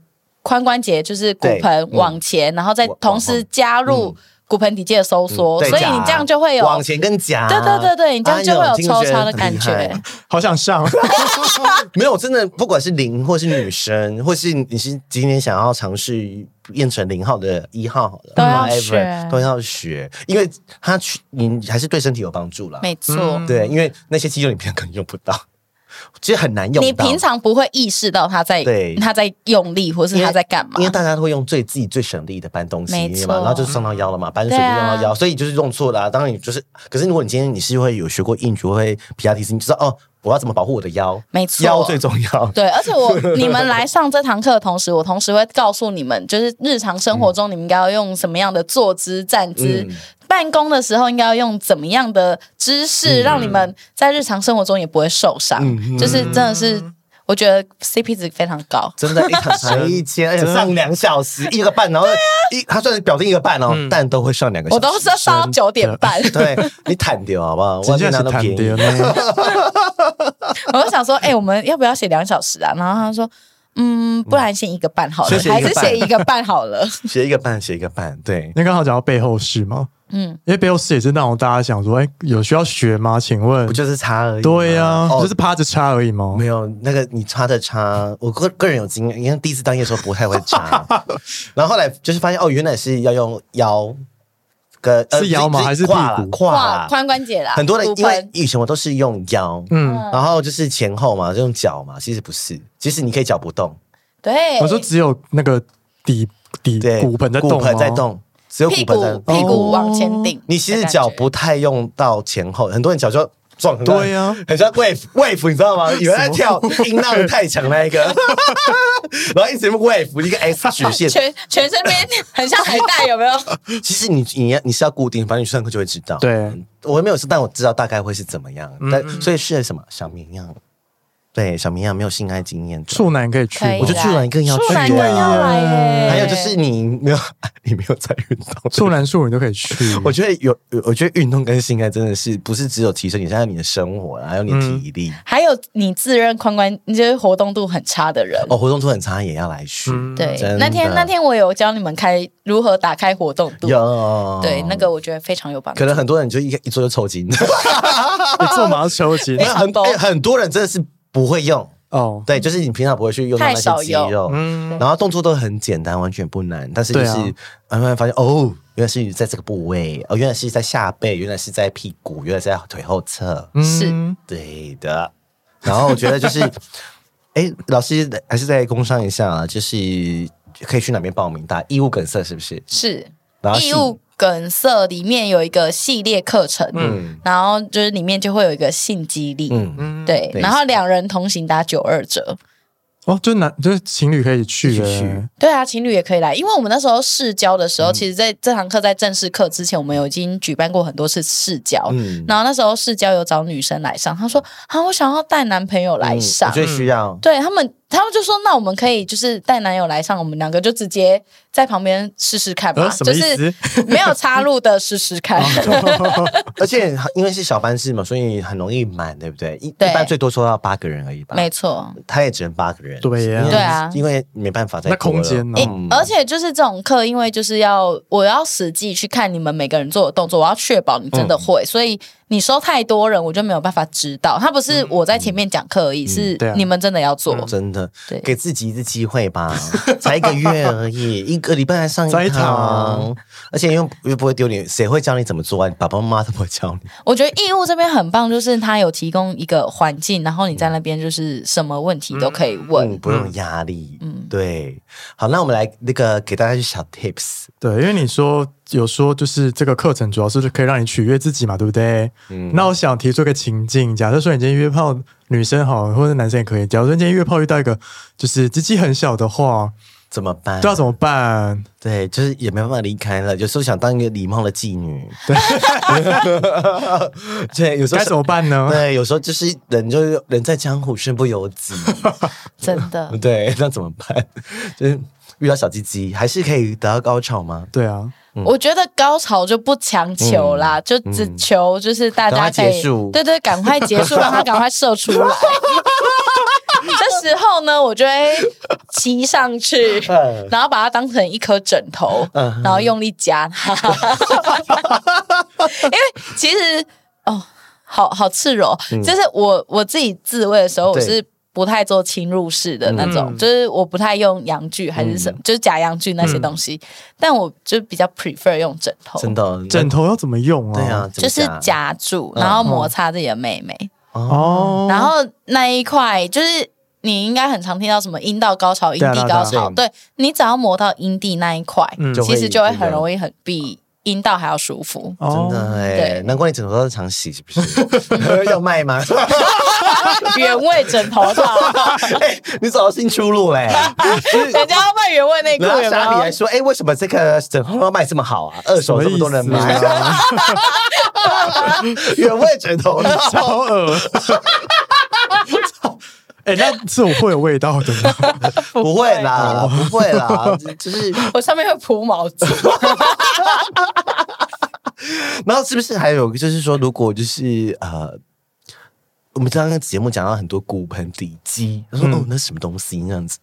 髋关节，就是骨对盆嗯往前，然后再往同时加入骨盆底肌的收缩，对所以你夹这样就会嗯有。往前跟夹，对对对对，你这样哎就会呦有听着抽插的很感厉觉。害好想 *laughs* 上， *laughs* 没有，真的，不管是零或是女生，或是你是今天想要尝试变成零号的一号好了，都要 whatever，学都要学，因为它去你还是对身体有帮助啦。没错，嗯对，因为那些肌肉你平常可能用不到，其实很难用到。你平常不会意识到他在对他在用力，或是因为他在干嘛因。为大家都会用最自己最省力的搬东西没错嘛，然后就是上到腰了嘛，搬水就用到对腰，啊所以就是用错了、啊。当然你就是，可是如果你今天你是会有学过硬举，会皮亚提斯，你知道哦，我要怎么保护我的腰，没错腰最重要。对，而 *laughs* 且我你们来上这堂课的同时，我同时会告诉你们，就是日常生活中你们应该要用什么样的坐姿、站姿，嗯办公的时候应该要用怎么样的姿嗯势，让你们在日常生活中也不会受伤。就是真的是，我觉得 CP 值非常高。真的，*laughs* 一堂才一千，而且上两小时，一个半，然后一，他算是表定一个半哦，嗯但都会上两个小啊我时。都是要上到九点半， *laughs* 对你坦掉好不 *laughs* 好？外真面的拿是都坦便爹宜，呢。我就想说，哎、我们要不要写两小时啊？然后他说，嗯，不然先一个半好了，先写还一个是半写一个半好 *laughs* 了。写一个半，写一个半，对。那刚好讲到背后事嘛，嗯，因为背后事也是那种大家想说，哎、有需要学吗？请问不，就是差而已吗。对啊呀、哦不就是趴着插而已吗？没有那个你插的插，我个个人有经验，因为第一次当业的时候不太会 *laughs* 插，然后后来就是发现哦，原来是要用腰跟呃是腰吗还是屁股胯啦胯哇，啦？髋关节啦，很多人骨因为盆以前我都是用腰，嗯，然后就是前后嘛，就用脚嘛，其实不是，其实你可以脚不动，对，我说只有那个底底对，骨盆在动吗？骨盆在动，只有屁骨盆在股动。屁股往前顶的感觉，你其实脚不太用到前后，很多人脚就撞很对啊呀很像 wave wave，你知道 *laughs* 吗？有人在跳音浪太强那一个，然后一直 wave *laughs* 一个 S 曲线。全全 *laughs* 身边很像海带，有没有？其实你你要你是要固定，反正你上课就会知道。对，嗯我没有试，但我知道大概会是怎么样。但所以是什么小绵羊？对，小绵羊没有性爱经验的。处男可以去吗，我觉得啦处男更要去啊处男更要来耶。还有就是你没有 *laughs* 你没有在运动，处男处女都可以去。 *laughs* 我觉得有，有我觉得运动跟性爱真的是不是只有提升你，还有你的生活，啊还有你的嗯体力。还有你自认髋关，你就是活动度很差的人。哦，活动度很差也要来去，嗯对真的，那天那天我有教你们开如何打开活动度，有对那个我觉得非常有帮助可。能很多人就一一做就抽筋，你做马上抽筋没有 *laughs* 很常多哎很多人真的是不会用。哦，对，就是你平常不会去用到那嗯太少些肌肉，嗯然后动作都很简单，完全不难。但是就对是啊慢慢发现，哦，原来是在这个部位，哦，原来是在下背，原来是在屁股，原来是在腿后侧。嗯是对的。然后我觉得就是，哎，老师还是再工商一下啊，就是可以去哪边报名？打义务梗塞是不是？是然后义务梗塞里面有一个系列课程，嗯然后就是里面就会有一个性激励，嗯，对，对然后两人同行打九二折，哦，就是男就是情侣可以去一起的，去对啊，情侣也可以来，因为我们那时候试教的嗯时候，其实在这堂课在正式课之前，我们有已经举办过很多次试教，嗯然后那时候试教有找女生来上，她说啊，我想要带男朋友来嗯上我，最需要。对他们他们就说，那我们可以就是带男友来上，我们两个就直接在旁边试试看吧，呃什么就意思哦是没有插入的试试 *laughs* 看。而且因为是小班制嘛，所以很容易满，对不对？一一对般最多收到八个人而已吧，没错，他也只能八个人，对呀因为对啊因为没办法再那多空了嗯间呢诶、而且就是这种课，因为就是要我要实际去看你们每个人做的动作，我要确保你真的会，所以你收太多人，我就没有办法指导。他不是我在前面讲课而已，对啊是你们真的要做。嗯真的哦对，给自己一次机会吧，才一个月而已，一个礼拜来上上一一堂堂，而且又又不会丢脸，谁会教你怎么做啊？你爸爸妈妈都不会教你。我觉得义务这边很棒，就是他有提供一个环境，然后你在那边就是什么问题都可以问。嗯，不用压力。嗯，对。好，那我们来那个给大家一些小 tips。对，因为你说有说就是这个课程主要是可以让你取悦自己嘛，对不对？嗯那我想提出一个情境，假设说你今天约炮，女生好或者男生也可以，假如说你今天约炮遇到一个就是鸡鸡很小的嗯话，怎么办？不知道怎么办？对，就是也没办法离开了。有时候想当一个礼貌的妓女，对， *laughs* 对，有时候该怎么办呢？对，有时候就是人就是人在江湖身不由 *laughs* 己，真的，对，那怎么办？就是遇到小鸡鸡，还是可以得到高潮吗？对啊，嗯我觉得高潮就不强求啦，就只求就是大家赶可快以结束对对，赶快结束，让他赶快射 *laughs* 出来。这时候呢，我就会骑上去，嗯然后把它当成一颗枕头，然后用力 *laughs* 夹它，因为其实哦，好好赤裸，就是我我自己自慰的时候，我嗯对是。不太做侵入式的那种，嗯就是我不太用阳具还是什嗯么，就是假阳具那些东西，但我就比较 prefer 用枕头，真的，枕头要怎么用啊？对啊，，怎就么是夹住，嗯然后摩擦自己的妹妹，哦，然后那一块就是你应该很常听到什么阴道高潮、阴对啊蒂对啊高潮，对你只要磨到阴蒂那一块，嗯就会其实就会这很个容易很比阴道还要舒 *laughs* 服。真哦的哎、对难怪你枕头都常洗，是 *laughs* 不是？要卖吗？ *laughs* 原味枕头套， *laughs* 哎，你找到新出路哎嘞、 *laughs* 人家要卖原味内裤然后有没莎莉还有？说：“哎、为什么这个枕头要卖这么好啊？二手这么多人买、什么意思啊，原味枕头呢？超恶。 *laughs* 哎、那这种会有味道的 *laughs* 吗？不会啦，不会啦，就是……我上面会铺毛巾， *laughs* 然后是不是还有就是说，如果就是呃，我们刚刚节目讲到很多骨盆底肌，他说、哦，那是什么东西那样子？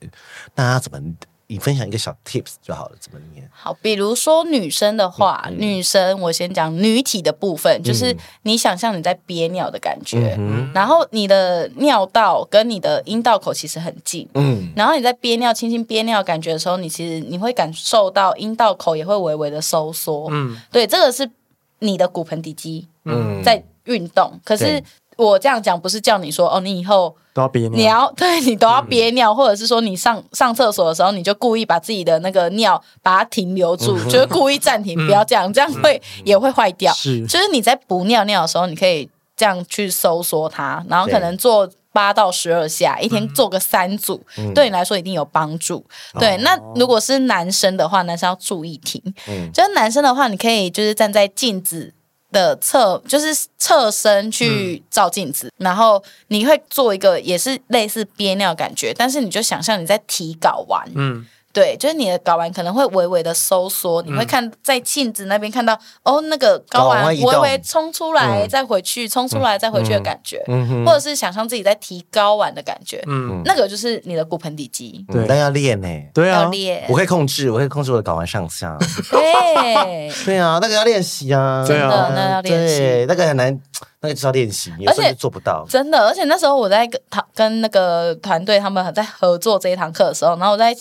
那要怎么？你分享一个小 tips 就好了，怎么念？好，比如说女生的话，嗯女生我先讲女体的部分，就是你想象你在憋尿的感嗯觉，然后你的尿道跟你的阴道口其实很近。嗯，然后你在憋尿、轻轻憋尿的感觉的时候，你其实你会感受到阴道口也会微微的收缩。嗯对，这个是你的骨盆底肌嗯在运动。可是对我这样讲不是叫你说哦，你以后都要憋尿。你嗯要对你都要憋尿，或者是说你上上厕所的时候，你就故意把自己的那个尿把它停留住，嗯就是故意暂停，不要这样，这样会、也会坏掉。是就是你在补尿尿的时候，你可以这样去收缩它，然后可能做八到十二下，一天做个三组，对你来说一定有帮助。对，那如果是男生的话，男生要注意听，嗯就是男生的话，你可以就是站在镜子。的侧就是侧身去照镜子，然后你会做一个也是类似憋尿的感觉，但是你就想象你在提睾丸，嗯，对，就是你的睾丸可能会微微的收缩，你会看在镜子那边看到哦，那个睾睾丸丸移动微微冲出来，再回去，冲出来再回去的感觉，嗯或者是想象自己在提睾丸的感觉，嗯那个就是你的骨盆底肌对但要练呢、对要啊，练我，可以控制，我可以控制我的睾丸上下。对，对啊，那个要练习啊，对啊真的那要练习对，那个很难，那个就是要练习，有时而候且就做不到。真的，而且那时候我在跟他跟那个团队他们在合作这一堂课的时候，然后我在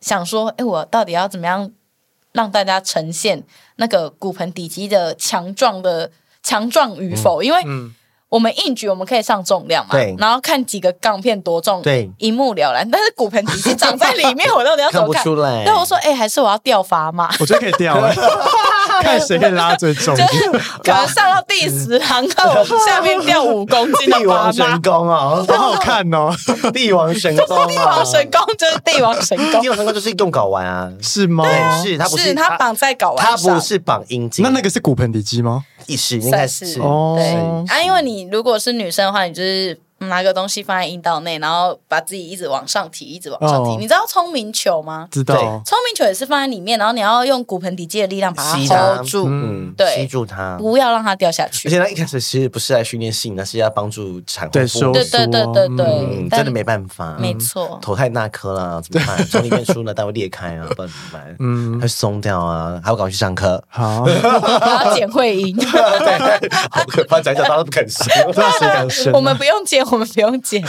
想说，哎，我到底要怎么样让大家呈现那个骨盆底肌的强壮的强壮与否？因为嗯我们硬举我们可以上重量嘛，对然后看几个杠片多重，对一目了然。但是骨盆底肌长在里面，我到底要怎 *laughs* 看么不看？出来，对，我说，哎、还是我要吊砝码， *laughs* 我觉得可以掉、 *laughs* 欸，看谁可以拉最重。就是可能上到第十堂课，我下面吊五公斤 *laughs* 的帝王砝码神。功哦，好好看哦， *laughs* 帝王神功啊，帝王神功就是帝王神功帝，王神功就是用睾丸啊，是吗？是它不哦是是他绑在睾它丸上。不是绑阴茎，那那个是骨盆底肌吗？意识应该算是是哦对啊，因为你如果是女生的话，你就是拿个东西放在阴道内，然后把自己一直往上提，一直往上提。哦你知道聪明球吗？知道聪明球也是放在里面，然后你要用骨盆底肌的力量把吸它它 hold 住，嗯，对吸住它。不要让它掉下而去。且他一开始其实不是来训练性，那是要帮助产后对复收。苏对对对对对嗯，但真的没办法，没错，头太那颗啦，怎么办？从里面出呢，它会裂开啊，不然怎么办？嗯，会松掉啊，还要赶快去上课 *laughs* 好，嗯我要剪会阴。对，好可怕，讲讲大家都不敢 *laughs* 说。那谁敢生啊？我们不用剪，我们不用 *laughs* 剪。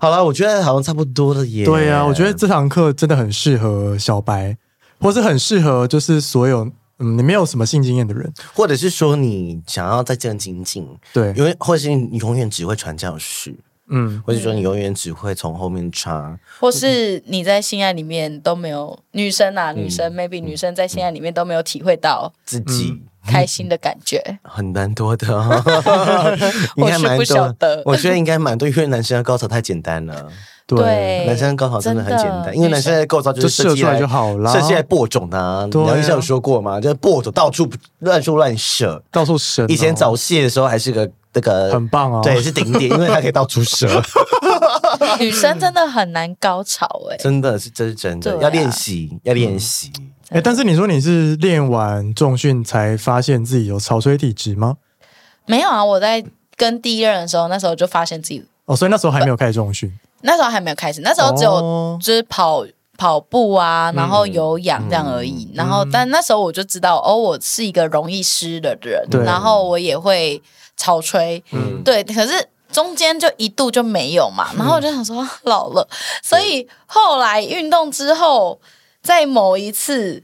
好了，我觉得好像差不多了耶。对啊，我觉得这堂课真的很适合小白，或是很适合就是所有嗯你没有什么性经验的人。或者是说你想要再更精进，对，因为或者是你永远只会传教士，嗯，或者说你永远只会从后面插，或是你在性爱里面都没有女生啊，女嗯生 maybe 女生在性爱里面都没有体会到自己开心的感觉，很难多的、哦，应该蛮我是不晓多得。我觉得应该蛮多，因为男生的高潮太简单了，对，对男生的高潮真的很简单，真的因为男生的构造就就是射设计出来就好啦，设计来播种的、啊。对啊聊一下有说过嘛，就是播种到处乱说乱射。到处神、哦以前早泄的时候还是个那个很棒哦对，是顶点，因为它可以到处射，女生真的很难高潮哎、真的是这是真的，对啊要练习，要练习。哎、但是你说你是练完重训才发现自己有潮吹体质吗？没有啊，我在跟第一任的时候，那时候就发现自己，哦，所以那时候还没有开始重训，那时候还没有开始，那时候只有、哦就是跑跑步啊，然后有氧这样而已。嗯然后，但那时候我就知道，哦，我是一个容易湿的人对，然后我也会潮吹，嗯对。可是中间就一度就没有嘛，然后我就想说、啊老了，所以后来运动之后，在某一次。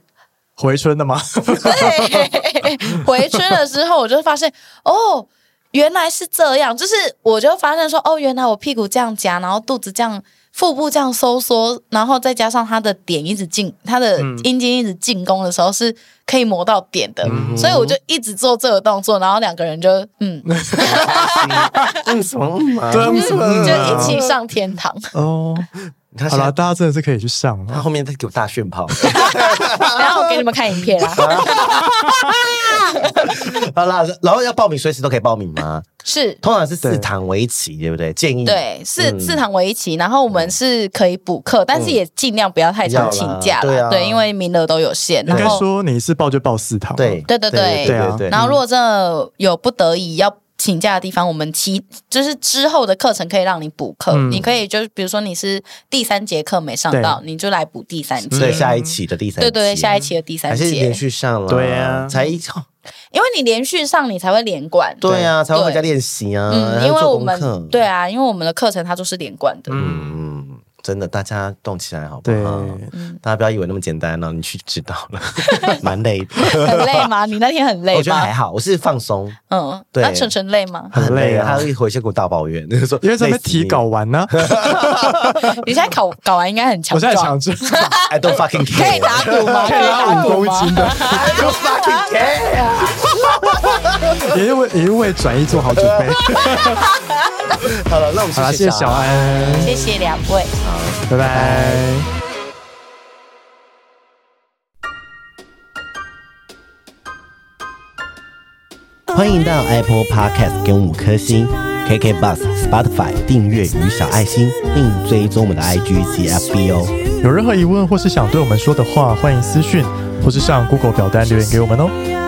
*laughs* 回春的吗？对，回春了之后，我就发现哦，原来是这样，就是我就发现说哦，原来我屁股这样夹，然后肚子这样。腹部这样收缩，然后再加上它的点一直进，它的嗯阴茎一直进攻的时候是可以磨到点的，嗯所以我就一直做这个动作，然后两个人就嗯，嗯什么嗯啊？对啊，为什么就一起上 *laughs* 天堂。哦，他好现在啦，大家真的是可以去上啊他了。后面再给我大炫跑。然后我给你们看影片啊啦， *laughs* 好啦，然后要报名随时都可以报名吗？是通常是四对堂为期，对不对？建议对，嗯四四堂为一期，然后我们是可以补课，但是也尽量不要太常请假不要啦啦，对啊对，因为名额都有限。应该然后，说你是报就报四堂，对对对对对啊对然后如果真的有不得已要请假的地方，我们其就是之后的课程可以让你补课，嗯你可以就是比如说你是第三节课没上到，你就来补第三节。所以下一期的第三对期，对对，下一期的第三还是节连，续上了，对啊才一哦因为你连续上，你才会连贯。对啊，才会回家对练习啊，嗯，还因要为做我功课们对，啊，因为我们的课程它都是连贯的。嗯嗯，真的，大家动起来好不对，好？大家不要以为那么简单了，哦你去知道 *laughs* 了，蛮累的。很累吗？你那天很累嗯 *laughs* 我觉得吗还？好，我是放松，嗯，对那晨晨累吗？很累啊他一回去给我大抱怨， *laughs* 说因为这边累死你提稿完呢、你现在考搞完应该很 *laughs* 强我现在壮强，制，I 哎 don't fucking *laughs* 可 care，I 以打 *laughs* 赌吗？可以打五赌公吗斤 *laughs* 的， don't fucking care。也是为也是为转移做好准 *laughs* 备。好了，那我们好啦，谢谢小安，谢谢两位。拜拜欢迎到 Apple Podcast 给我们五颗星，KK Bus、Spotify 订阅与小爱心，并追踪我们的 IG 及 FB 哦。有任何疑问或是想对我们说的话，欢迎私讯或是上 Google 表单留言给我们哦。